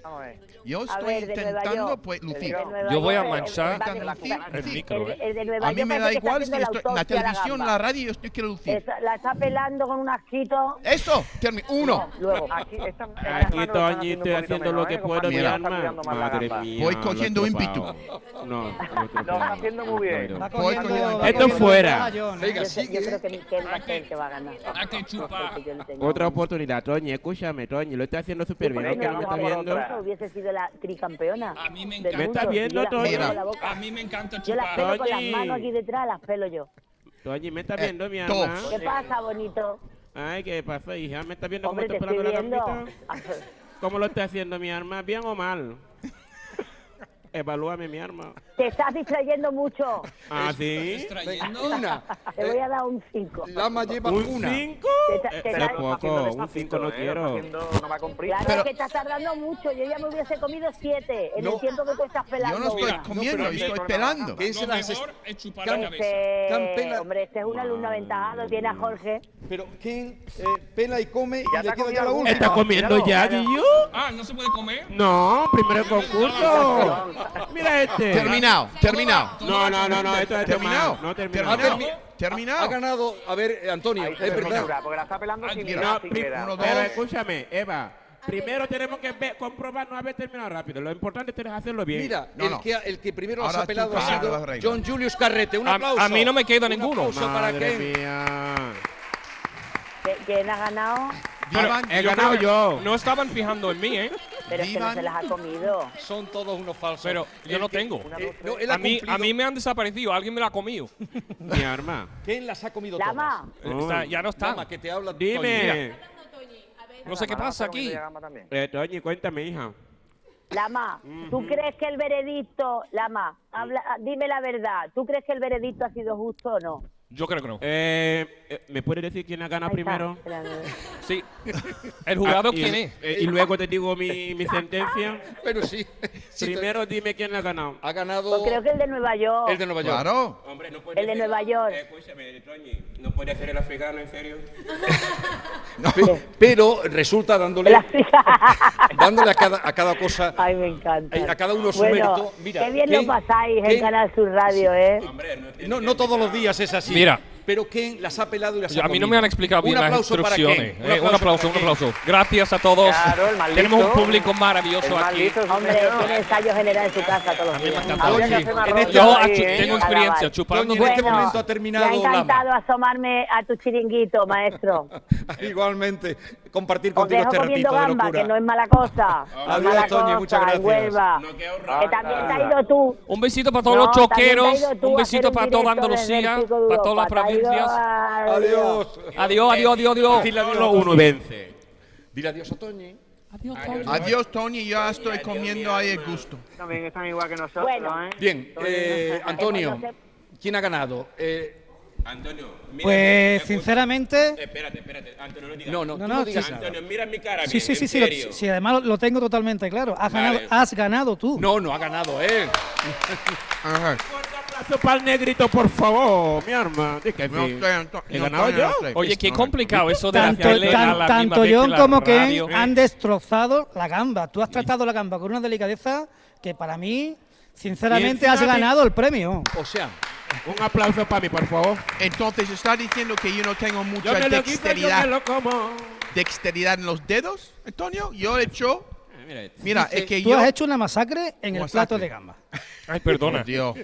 S11: Vamos a ver.
S3: yo
S10: A
S3: estoy
S10: ver, de Nueva
S3: intentando
S10: York.
S3: pues,
S10: el
S3: lucir.
S10: de Nueva
S4: Yo voy a
S10: York, el-
S4: manchar
S10: eh, el-
S3: el
S10: el-
S4: micro, eh.
S10: El, el de Nueva
S3: A mí
S10: York
S3: me
S10: parece
S3: da
S10: que está
S3: igual si
S10: haciendo
S3: estoy en la
S10: autopsia a
S3: televisión,
S10: gamba.
S3: la radio, yo estoy quiero lucir.
S10: Esa- la está pelando con un asquito.
S3: Eso, termi- uno.
S10: Luego,
S11: Aquí, esta,
S6: Aquí Toñi estoy haciendo lo
S11: eh,
S5: ¿eh?
S6: que puedo, mi
S3: Mira.
S6: alma. Madre mía.
S3: Voy cogiendo
S6: lo he
S3: ímpetu.
S6: tropado. No,
S11: Lo está haciendo muy bien.
S8: Va
S3: Voy con
S8: cogiendo-
S3: el-
S8: va
S6: Esto
S8: cogiendo
S6: fuera.
S8: ventaja, John, ¿eh?
S2: Venga,
S10: yo, sé- yo
S2: sigue.
S10: creo que Miquel va a ser el que va a ganar. Yo le tengo-
S6: Otra oportunidad, Toñi, escúchame, Toñi, lo estoy haciendo súper bien, aunque no me está
S11: Vamos por
S6: viendo.
S11: otra.
S10: hubiese sido la tricampeona. A mí me encanta.
S6: Me está viendo, Toñi.
S10: A mí me encanta Yo las pelo con las
S6: Toñi.
S10: manos aquí detrás, las pelo yo.
S6: Toñi, me está
S3: Eh,
S6: viendo, mi
S3: dos.
S6: alma.
S10: ¿Qué pasa, bonito?
S6: Ay, ¿qué pasa, hija? ¿Me está viendo cómo
S10: Hombre, te
S6: está
S10: estoy
S6: pelando la
S10: viendo.
S6: gambita? ¿Cómo lo está haciendo, mi arma? ¿Bien o mal? Evalúame, mi arma.
S10: Te estás distrayendo mucho.
S6: ¿Ah, sí?
S2: Venga, una.
S10: Te voy a dar un 5.
S2: Lama lleva
S6: ¿Un
S2: una.
S6: 5?
S10: Te está- te
S6: Es
S10: está-
S6: poco, Oh, un 5
S11: eh,
S10: ¿eh?
S6: no quiero.
S11: No me
S10: Claro,
S3: Pero-
S10: es que estás tardando mucho. Yo ya me hubiese comido 7 en
S2: No.
S10: el tiempo que tú estás pelando.
S3: Yo no estoy
S10: una.
S3: comiendo, yo estoy pelando.
S2: ¿Quién se las est- Cam- Cam
S10: Este,
S2: pela-
S10: hombre, este es un alumno aventajado, tiene a Jorge.
S2: Pero ¿quién eh, pela y come y
S11: Ya
S2: le
S11: te ha
S2: queda
S11: comido
S2: ya la
S11: alguna.
S6: ¿Está
S2: última?
S11: Esta-
S6: comiendo ya,
S11: Míralo,
S6: Guillo? Ah, ¿no se puede comer? No, primero el concurso. Mira este.
S3: Terminado, terminado.
S6: No, no, no, no, esto es
S3: Terminado.
S6: No,
S2: Ha,
S6: terminado.
S3: Terminado.
S2: termi-
S3: Terminado.
S2: ha ganado. A ver, eh, Antonio,
S11: Ahí
S2: es
S11: se ve
S2: verdad.
S11: figura, porque la está pelando sin
S3: mira,
S11: mirar,
S6: No,
S11: sin
S6: pri-
S11: mirar.
S3: uno, dos.
S6: pero escúchame, Eva. Primero tenemos que ver- comprobar no haber terminado rápido. Lo importante es hacerlo bien.
S2: Mira,
S3: No,
S2: el,
S3: no.
S2: Que, ha- el que primero las
S3: Ahora
S2: ha pelado
S3: tú,
S2: ha
S3: Fernando,
S2: sido
S3: las reinas.
S2: John Julius Carrete. Un
S4: A-
S2: aplauso.
S4: a mí no me queda
S2: Un
S4: ninguno.
S2: aplauso para
S6: Madre
S2: Ken.
S6: mía.
S10: que- ¿Quién ha ganado?
S3: Vivan,
S6: He
S3: yo
S6: ganado
S3: creo-
S6: yo.
S4: No estaban fijando en mí, ¿eh?
S10: Pero es que no
S3: Vivan.
S10: se las ha comido.
S2: Son todos unos falsos.
S4: Pero yo
S2: El
S4: no
S2: que-
S4: tengo.
S2: eh, no, él ha
S4: A mí, a
S2: cumplido-
S4: mí me han desaparecido. Alguien me la ha comido. Eh,
S6: Mi arma.
S2: ¿Quién las ha comido
S10: Lama,
S4: Está- ya no
S2: todas?
S4: está.
S2: Lama, que te habla Antonio. Mira,
S6: Dime.
S4: No sé qué pasa aquí.
S6: Eh, Toñi, cuéntame, hija.
S10: Lama, ¿tú crees que el veredicto, Lama, habla, ah, dime la verdad, ¿tú crees que el veredicto ha sido justo o no?
S4: Yo creo que no.
S6: Eh, eh, ¿Me puedes decir quién ha ganado
S10: Ahí está,
S6: primero?
S10: espérame.
S4: Sí. ¿El jurado
S6: Ah, y-
S4: quién es?
S6: eh, y luego te digo mi, mi sentencia.
S2: Pero sí. sí,
S6: Primero dime quién ha ganado.
S2: Ha ganado
S10: Pues creo que el de Nueva York.
S2: el de Nueva York.
S3: Claro.
S6: Hombre, no puede
S10: El de ser- Nueva York. eh,
S6: escúchame, Toñi, no puede ser el africano, en serio.
S2: Pe- Pero resulta dándole,
S10: La chica.
S2: dándole a, cada, a cada cosa.
S10: Ay, me encanta.
S2: Eh, a cada uno su
S10: bueno,
S2: mérito. Mira,
S10: qué bien
S2: ¿quién-
S10: lo pasáis
S2: quién-
S10: en Canal Sur Radio, ¿eh?
S2: No, no todos los días es así.
S4: Mira.
S2: Pero Ken las ha pelado y las ha
S4: Yo- A mí no
S2: comido.
S4: me han explicado bien
S2: Un
S4: las
S2: aplauso para
S4: instrucciones.
S2: Ken,
S4: Eh, Un aplauso, un
S2: para
S4: aplauso. Gracias a todos.
S11: Claro, el más
S4: Tenemos un
S11: listo.
S4: público
S11: El
S4: maravilloso
S11: más
S4: aquí.
S11: listo es un
S10: Hombre,
S11: señor.
S10: tiene ensayo general en su casa todos los días.
S2: encanta.
S11: Habría que
S2: Oye,
S11: hacer una
S2: en
S11: ronda
S2: este-
S4: Yo
S11: ahí,
S4: ah, chu-
S11: ¿eh?
S4: tengo
S10: Venga,
S4: experiencia
S10: vale.
S4: chupando.
S2: Coño, en este
S10: Bueno,
S2: momento ha terminado
S10: Me ha encantado
S2: Lama.
S10: asomarme a tu chiringuito, maestro.
S2: Ken. Igualmente. compartir
S10: Os
S2: contigo
S10: dejo
S2: este
S10: comiendo
S2: ratito de
S10: gamba,
S2: locura.
S10: que no es mala cosa. No es
S2: Adiós,
S10: mala
S2: Toñi,
S10: cosa,
S2: muchas gracias.
S10: en Huelva. Ah, que también te ha ido tú.
S4: Un besito para todos
S10: No,
S4: los
S10: también te ha
S4: choqueros,
S10: ido tú
S4: un
S10: a
S4: besito
S10: hacer
S4: para
S10: un
S4: toda
S10: directo desde el
S4: Andalucía,
S10: pico de
S4: para todas las
S10: Europa, te ha ido
S4: provincias.
S10: a-
S2: Adiós.
S4: Adiós, adiós, adiós, adiós.
S2: Dile adiós a
S4: Solo
S2: Toñi.
S4: uno vence.
S2: Dile adiós a Toñi.
S3: Adiós, Tony. Yo ya estoy comiendo ahí el gusto.
S11: También están igual que nosotros,
S10: Bueno.
S11: ¿eh?
S2: Bien, eh, Antonio, ¿quién ha ganado? Eh,
S6: Antonio, mira. Eh,
S8: Pues sinceramente,
S6: Espérate, espérate. Antonio, no digas.
S2: no, no,
S8: No,
S2: tú
S8: no,
S2: no digas
S8: sí.
S2: nada.
S6: Antonio, mira mi cara.
S8: sí, sí, sí, sí, lo- sí, además lo- lo tengo totalmente claro. Has
S6: Vale.
S8: ganado, has ganado tú.
S2: No, no ha ganado él.
S6: Abrazo para el negrito, por favor, mi arma. Di que
S3: No
S6: sí.
S3: sé, Anto-
S6: ¿He
S3: no,
S6: ganado
S3: Antonio,
S6: yo?
S3: no sé.
S4: Oye, qué
S3: No,
S4: complicado eso de
S8: Tanto,
S4: hacerle a
S8: tan-
S4: la
S8: tanto
S4: misma vez
S8: John
S4: que la
S8: como Ken
S4: radio.
S8: han destrozado la gamba. Tú has tratado la gamba con una delicadeza que para mí,
S6: Y
S8: sinceramente,
S6: encima
S8: has
S6: te-
S8: ganado el premio.
S2: O sea,
S6: Un aplauso para mí, por favor.
S3: Entonces, ¿está diciendo que yo no tengo
S6: Yo
S3: mucha
S6: me lo quito, yo
S3: dexteridad,
S6: me lo como.
S3: dexteridad en los dedos, Antonio? Yo he hecho.
S6: Eh, Mira esto.
S3: Mira, es que
S8: Tú
S3: yo.
S8: has hecho una masacre en el
S3: Masacre.
S8: plato de gamba.
S4: Ay, perdona.
S3: Dios.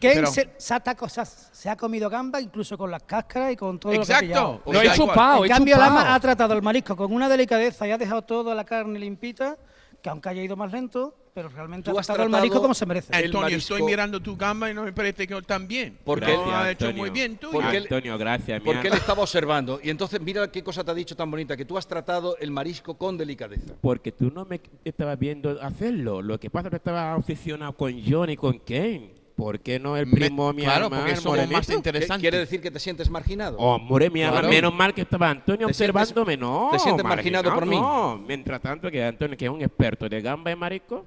S8: Ken
S3: Pero-
S8: se, se ha taco- se ha- se ha comido gamba incluso con las cáscaras y con todo lo que ha pillado.
S3: Exacto.
S4: Lo he chupado,
S8: en
S4: he
S8: cambio,
S4: chupado.
S8: Lama ha tratado el marisco con una delicadeza y ha dejado toda la carne limpita, que aunque haya ido más lento, pero realmente ha
S2: Tú has
S8: tratado el
S2: tratado-
S8: marisco como se merece.
S2: El
S3: Antonio,
S2: marisco-
S3: estoy mirando tu gamba y no me parece que tan bien.
S2: Porque-
S3: no
S2: Gracias,
S3: has hecho
S6: Antonio.
S3: muy bien tú.
S2: Porque él-
S6: Antonio, gracias, mi
S2: porque él
S6: arma.
S2: estaba observando. Y entonces mira qué cosa te ha dicho tan bonita, que tú has tratado el marisco con delicadeza.
S6: Porque tú no me estabas viendo hacerlo. Lo que pasa es que estabas obsesionado con John y con Ken. ¿Por qué no el
S3: Me-
S6: primo, mi
S3: claro,
S6: arma,
S3: porque
S6: el
S3: somos más
S6: morenito?
S2: ¿Qué-
S3: interesantes.
S2: ¿Quiere decir que te sientes marginado?
S6: Hombre, mi arma,
S2: Claro.
S6: menos mal que estaba Antonio
S2: Te sientes-
S6: observándome, no.
S2: te sientes marginado por mí.
S6: No, mientras tanto que Antonio, que es un experto de gamba y marisco,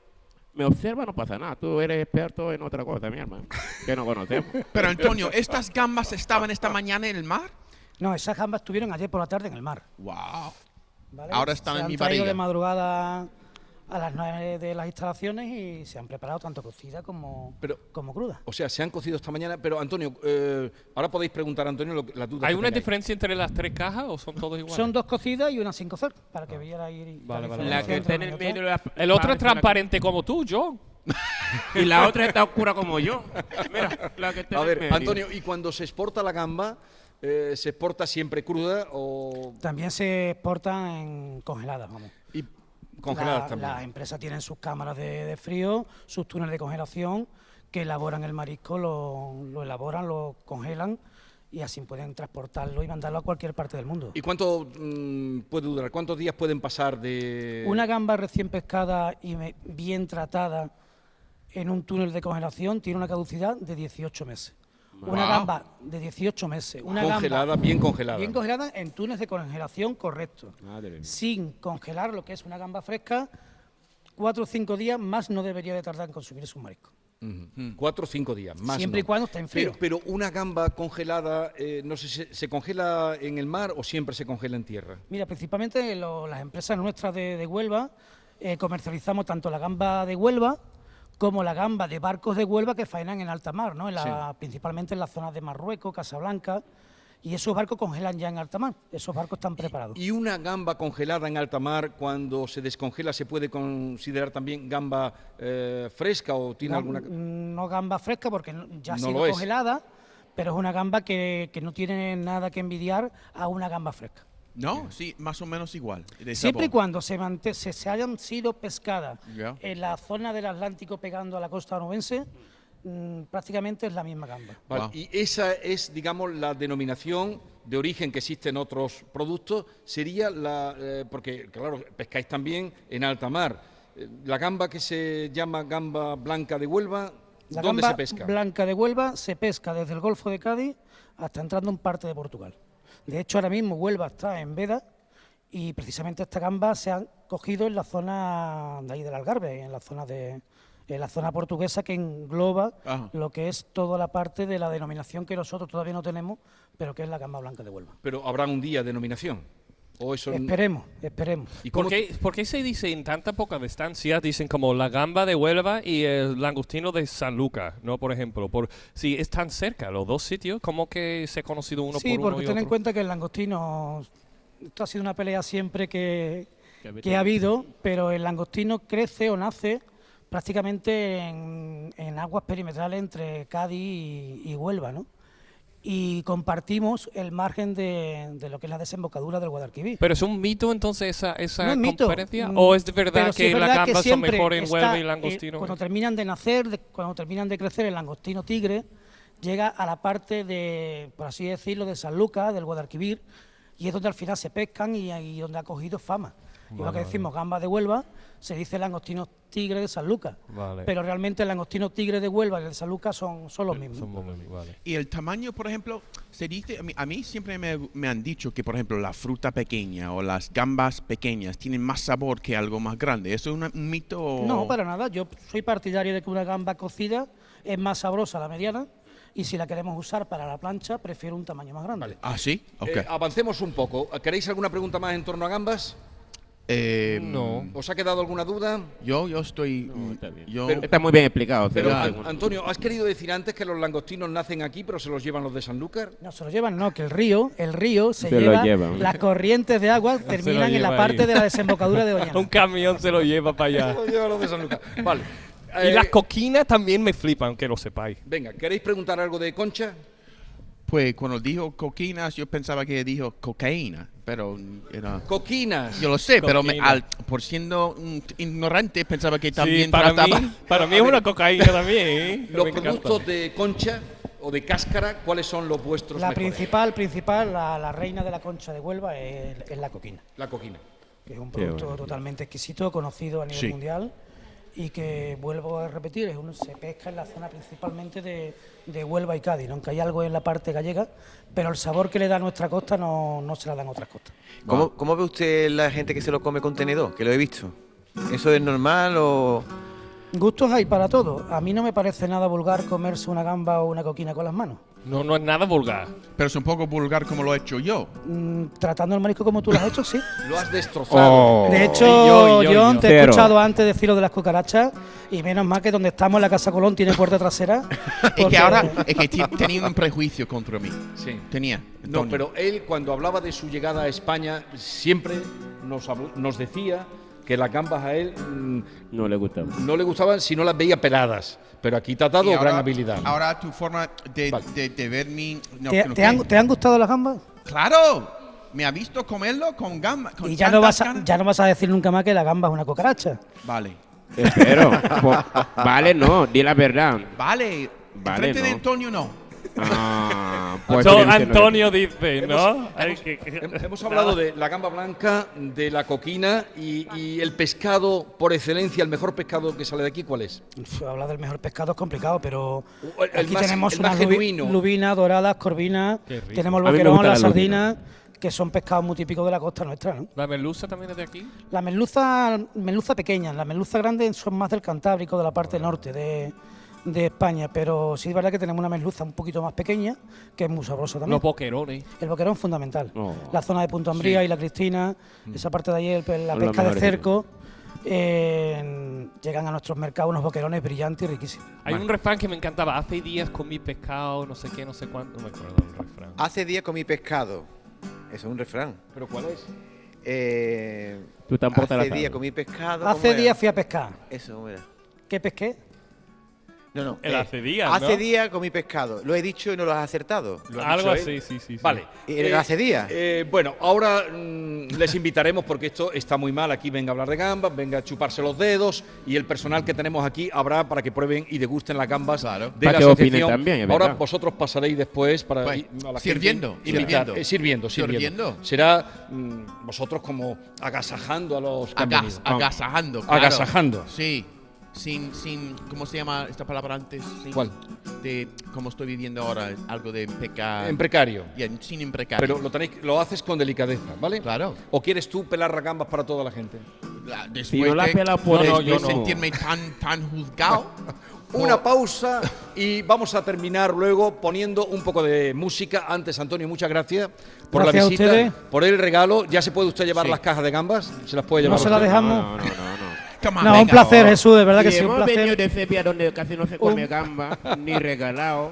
S6: me observa, no pasa nada. Tú eres experto en otra cosa, mi hermano, que no conocemos.
S3: Pero Antonio, ¿estas gambas estaban esta mañana en el mar?
S8: No, esas gambas estuvieron ayer por la tarde en el mar.
S3: Wow.
S8: ¿vale?
S3: Ahora están
S8: se
S3: en
S8: han
S3: mi
S8: traído
S3: barriga.
S8: de madrugada a las 9 de las instalaciones y se han preparado tanto cocida como,
S2: Pero-
S8: como cruda.
S2: O sea, se han cocido esta mañana, pero Antonio, eh, ahora podéis preguntar a Antonio lo que- la duda.
S4: ¿Hay
S2: que
S4: una
S2: tengáis.
S4: diferencia entre las tres cajas o son todos iguales?
S8: Son dos cocidas y una sin cocer, para que viera ahí
S4: Vale, vale,
S6: La que
S8: diferencia
S6: está en
S8: entre
S6: el
S8: una y
S6: medio
S8: otra.
S6: la-
S4: El otro es transparente como tú, John.
S6: Y la otra está oscura como yo. Mira, la que está
S2: A
S6: en el
S2: ver,
S6: medio.
S2: Antonio, ¿y cuando se exporta la gamba, eh, se exporta siempre cruda o
S8: También se exportan en congeladas, vamos.
S2: y congeladas
S8: La- em-
S2: también?
S8: Las empresas tienen sus cámaras de, de frío, sus túneles de congelación, que elaboran el marisco, lo, lo elaboran, lo congelan y así pueden transportarlo y mandarlo a cualquier parte del mundo.
S2: ¿Y cuánto mm, puede durar? ¿Cuántos días pueden pasar de...?
S8: Una gamba recién pescada y me- bien tratada en un túnel de congelación tiene una caducidad de 18 meses. Una
S3: Wow.
S8: gamba de 18 meses. Una
S2: congelada,
S8: gamba
S2: bien congelada.
S8: bien congelada en túneles de congelación correcto.
S6: Madre mía.
S8: Sin congelar lo que es una gamba fresca, cuatro o cinco días más no debería de tardar en consumir su marisco.
S2: Ujú. Mm. Cuatro o cinco días, más
S8: Siempre y
S2: no.
S8: cuando esté en frío.
S2: Pero, pero una gamba congelada, eh, no sé, ¿se, se congela en el mar o siempre se congela en tierra?
S8: Mira, principalmente lo- las empresas nuestras de, de Huelva eh, comercializamos tanto la gamba de Huelva como la gamba de barcos de Huelva que faenan en alta mar, ¿no? En la- principalmente en las zonas de Marruecos, Casablanca, y esos barcos congelan ya en alta mar. Esos barcos están preparados.
S2: ¿Y una gamba congelada en alta mar, cuando se descongela, se puede considerar también gamba eh, fresca o tiene
S8: Gam-
S2: alguna...?
S8: No gamba fresca porque no- ya ha
S2: No
S8: sido
S2: lo es.
S8: congelada, pero es una gamba que, que no tiene nada que envidiar a una gamba fresca.
S3: No, sí, más o menos igual. de
S8: Siempre y
S3: sabor.
S8: cuando se, mante- se, se hayan sido pescadas
S3: Ya.
S8: en la zona del Atlántico pegando a la costa onubense, mm, prácticamente es la misma gamba.
S2: Vale,
S3: Wow.
S2: Y esa es, digamos, la denominación de origen que existe en otros productos. Sería la... eh, porque, claro, pescáis también en alta mar. Eh, La gamba que se llama gamba blanca de Huelva,
S8: La
S2: ¿dónde
S8: gamba
S2: se pesca?
S8: blanca de Huelva se pesca desde el Golfo de Cádiz hasta entrando en parte de Portugal. De hecho, ahora mismo Huelva está en veda y precisamente esta gamba se han cogido en la zona de ahí del Algarve, en la zona de en la zona portuguesa que engloba
S2: Ah.
S3: Ajá.
S8: lo que es toda la parte de la denominación que nosotros todavía no tenemos, pero que es la gamba blanca de Huelva.
S2: Pero habrá un día denominación. O eso n-
S8: Esperemos, esperemos.
S2: ¿Y cómo-
S4: ¿Por qué, por qué se dice en tanta poca distancia? Dicen como la gamba de Huelva y el langostino de San Lucas, ¿no? Por ejemplo, por si es tan cerca los dos sitios, como que se ha conocido uno
S8: sí,
S4: por uno
S8: porque
S4: y
S8: ten en
S4: otro?
S8: cuenta que el langostino, esto ha sido una pelea siempre que, que ha habido, pero el langostino crece o nace prácticamente en, en aguas perimetrales entre Cádiz y, y Huelva, ¿no? y compartimos el margen de, de lo que es la desembocadura del Guadalquivir.
S4: Pero es un mito entonces esa, esa
S8: No es mito,
S4: conferencia
S8: mm,
S4: o es de
S8: pero
S4: verdad
S8: sí
S4: que
S8: es
S4: las
S8: verdad que
S4: gambas son
S8: siempre
S4: mejores en
S8: está,
S4: Huelva y
S8: eh,
S4: langostino.
S8: cuando terminan de nacer, de- cuando terminan de crecer el langostino tigre, llega a la parte de, por así decirlo, de San Lucas, del Guadalquivir, y es donde al final se pescan y, ahí donde ha cogido fama. Igual
S4: Vale,
S8: que decimos gambas de Huelva, se dice langostino tigre de San Lucas.
S4: Vale. Eh,
S8: Pero realmente el langostino tigre de Huelva y el de San Lucas son, son los mismos.
S3: Y el tamaño, por ejemplo, se dice, a mí, a mí siempre me, me han dicho que, por ejemplo, la fruta pequeña o las gambas pequeñas tienen más sabor que algo más grande. ¿Eso es una- un mito? o-
S8: No, para nada. Yo soy partidario de que una gamba cocida es más sabrosa la mediana y si la queremos usar para la plancha, prefiero un tamaño más grande.
S3: Ah, sí, ok.
S2: Eh, avancemos un poco. ¿Queréis alguna pregunta más en torno a gambas?
S3: Eh, no.
S4: Mm.
S2: ¿Os ha quedado alguna duda?
S3: Yo, yo estoy. yo-
S2: Pero-
S6: Está muy bien explicado.
S2: Pero,
S6: tío.
S2: An- Antonio, ¿has querido decir antes que los langostinos nacen aquí, pero se los llevan los de Sanlúcar?
S8: No, se lo llevan, no, que el río, el río se,
S4: Se lo
S8: lleva,
S4: llevan.
S8: las corrientes de agua terminan en la parte de la desembocadura de Ollana.
S4: un camión se lo lleva para allá.
S2: Los llevan los de Sanlúcar. Vale.
S4: Ah. Y
S2: Eh,
S4: las coquinas también me flipan, que lo sepáis.
S2: Venga, ¿queréis preguntar algo de Concha?
S3: Pues cuando dijo coquinas, yo pensaba que dijo cocaína, pero era.
S2: Coquinas.
S3: Yo lo sé, pero me-
S4: Coquina.
S3: al- por siendo mm, ignorante pensaba que también
S4: sí, para
S3: trataba-
S4: mí, para mí es una cocaína también. ¿eh?
S2: Los
S4: Me encanta.
S2: productos de Concha o de cáscara, ¿cuáles son los vuestros
S8: La
S2: mejores?
S8: principal, principal, la, la reina de la concha de Huelva es, es la coquina,
S2: La coquina.
S8: que es un producto
S4: bueno.
S8: totalmente exquisito, conocido a nivel
S3: Sí.
S8: mundial y que, vuelvo a repetir, es un, se pesca en la zona principalmente de, de Huelva y Cádiz, ¿no? aunque hay algo en la parte gallega, pero el sabor que le da a nuestra costa no, no se la dan otras costas.
S7: ¿Cómo, cómo ve usted la gente que se lo come con tenedor? Que lo he visto. ¿Eso es normal o...?
S8: Gustos hay para todo. A mí no me parece nada vulgar comerse una gamba o una coquina con las manos.
S4: No, no es nada vulgar.
S3: Pero es un poco vulgar como lo he hecho yo.
S8: Mm, tratando el marisco como tú lo has hecho, sí.
S2: Lo has
S4: Oh,
S2: destrozado.
S8: De hecho,
S4: yo, yo,
S8: John,
S4: yo.
S8: te he
S4: Cero.
S8: escuchado antes decir lo de las cucarachas y menos mal que donde estamos, la Casa Colón tiene puerta trasera.
S3: Es
S8: porque-
S3: que ahora eh, es que ti- tenía un prejuicio contra mí.
S2: Sí.
S3: Tenía.
S2: No,
S3: Antonio.
S2: pero él cuando hablaba de su llegada a España siempre nos, habl- nos decía que las gambas a él mm,
S6: No le gusta.
S2: no le gustaban si no las veía peladas. Pero aquí te ha dado
S3: Y
S2: gran
S3: ahora-
S2: habilidad.
S3: Ahora tu forma de,
S2: Vale.
S3: de- de ver mi. no,
S8: ¿Te,
S3: creo
S8: te
S3: que-
S8: han, te han gustado las gambas?
S3: Claro. Me ha visto comerlo con gamba. con
S8: Y ya
S3: tantas
S8: no, vas a,
S3: ganas.
S8: ya no vas a decir nunca más que la gamba es una cucaracha.
S3: Vale.
S6: Pero, vale, no, di la verdad.
S3: Vale.
S6: Vale,
S3: Frente de
S6: no.
S3: Antonio no.
S6: Ah,
S4: Yo-
S6: fíjense lo que-
S4: Antonio dice, ¿no? Ay, que-
S2: Hem- Hemos hablado de la gamba blanca, de la coquina y, y el pescado por excelencia, el mejor pescado que sale de aquí, ¿cuál es?
S8: Uf, Hablar del mejor pescado es complicado, pero
S2: O el- el
S8: aquí
S2: más-
S8: tenemos
S2: el más
S8: unas lubi-
S2: genuino.
S8: lubinas, doradas, corvinas, tenemos el
S6: A mí me
S8: vaquerón,
S6: gusta
S8: la,
S6: la lubina.
S8: sardina, que son pescados muy típicos de la costa nuestra. ¿no?
S4: ¿La merluza también es de aquí?
S8: La merluza, merluza pequeña, la merluza grande son más del Cantábrico, de la parte norte de, de España, pero sí es verdad que tenemos una merluza un poquito más pequeña, que es muy sabrosa también.
S4: Los boquerones.
S8: el boquerón es fundamental.
S6: Oh. Mm.
S8: La zona de Punta Ambría y la Cristina, esa parte de allí, el- la
S6: Son las
S8: pesca de
S6: mejores.
S8: cerco, eh, llegan a nuestros mercados unos boquerones brillantes y riquísimos.
S4: Hay un refrán que me encantaba. Hace días comí pescado, no sé qué, no sé cuánto. No me acuerdo del refrán.
S7: Hace días comí pescado. Eso es un refrán.
S2: ¿Pero cuál es?
S7: Eh,
S6: Tú tampoco te la
S7: hace
S6: sabes.
S7: días comí pescado. ¿cómo
S8: Hace
S7: era?
S8: días fui a pescar.
S7: Eso, ¿cómo era?
S8: ¿Qué pesqué?
S7: No, no.
S4: El hace días,
S7: eh, Hace
S4: ¿Ah, ¿no?
S7: días comí pescado. Lo he dicho y no lo has acertado.
S2: Lo ha
S4: Algo
S2: dicho él.
S4: así, sí, sí, sí.
S2: Vale.
S7: ¿Y el hace días?
S2: eh, bueno, ahora mm, les invitaremos porque esto está muy mal. Aquí venga a hablar de gambas, venga a chuparse los dedos y el personal que tenemos aquí habrá para que prueben y degusten las gambas de
S6: Para
S2: la
S6: que opinen
S2: asociación.
S6: también, es
S2: ahora
S6: verdad.
S2: vosotros pasaréis después para
S3: Pues,
S2: ir a la
S3: sirviendo,
S2: gente invitar.
S3: sirviendo.
S2: Eh, sirviendo, sirviendo.
S3: Sirviendo.
S2: Será mm, vosotros como agasajando a los que han
S3: Agas-
S2: venido.
S3: agasajando. claro.
S2: Agasajando.
S3: Sí. Sin, sin, ¿cómo se llama esta palabra antes? Sin-
S2: ¿Cuál?
S3: De cómo estoy viviendo ahora, algo de pecar.
S2: En precario.
S3: sin imprecar.
S2: Pero lo, tenéis, lo haces con delicadeza, ¿vale?
S3: Claro.
S2: ¿O quieres tú pelar las gambas para toda la gente?
S3: La- después
S6: Si no la
S3: de-
S6: pela por
S3: de-
S6: eso,
S3: de
S6: yo no.
S3: sentirme tan, tan juzgado.
S8: Oh.
S2: Una pausa y vamos a terminar luego poniendo un poco de música. Antes, Antonio, muchas gracias por
S8: Gracias
S2: la
S8: a
S2: visita,
S8: ustedes.
S2: por el regalo. Ya se puede usted llevar
S3: Sí.
S2: las cajas de gambas, se las puede
S8: No
S2: llevar.
S8: se las
S2: usted?
S8: dejamos.
S6: No, no, no, no.
S3: Come
S8: No,
S3: on, venga,
S8: un placer,
S3: oh.
S8: Jesús, de verdad que
S6: Y
S8: sí, un
S6: hemos venido de
S8: placer.
S6: Sevilla donde casi no se come gamba, ni regalado.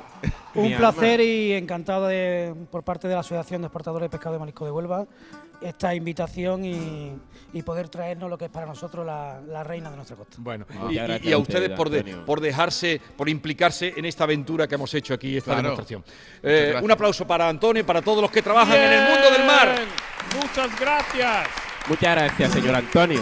S6: mi
S8: Un
S6: alma.
S8: placer y encantado de, por parte de la Asociación de Exportadores de Pescado de Marisco de Huelva esta invitación y, y poder traernos lo que es para nosotros la, la reina de nuestra costa.
S2: Bueno,
S8: Ah,
S2: y,
S8: ya era
S2: y- y a
S8: antes,
S2: ustedes por, de-
S8: Antonio.
S2: por dejarse, por implicarse en esta aventura que hemos hecho aquí, esta
S4: Claro.
S2: demostración.
S4: Muchas
S2: Eh,
S4: gracias.
S2: un aplauso para Antonio y para todos los que trabajan en el mundo del mar.
S4: Muchas gracias.
S6: Muchas gracias, señor Antonio.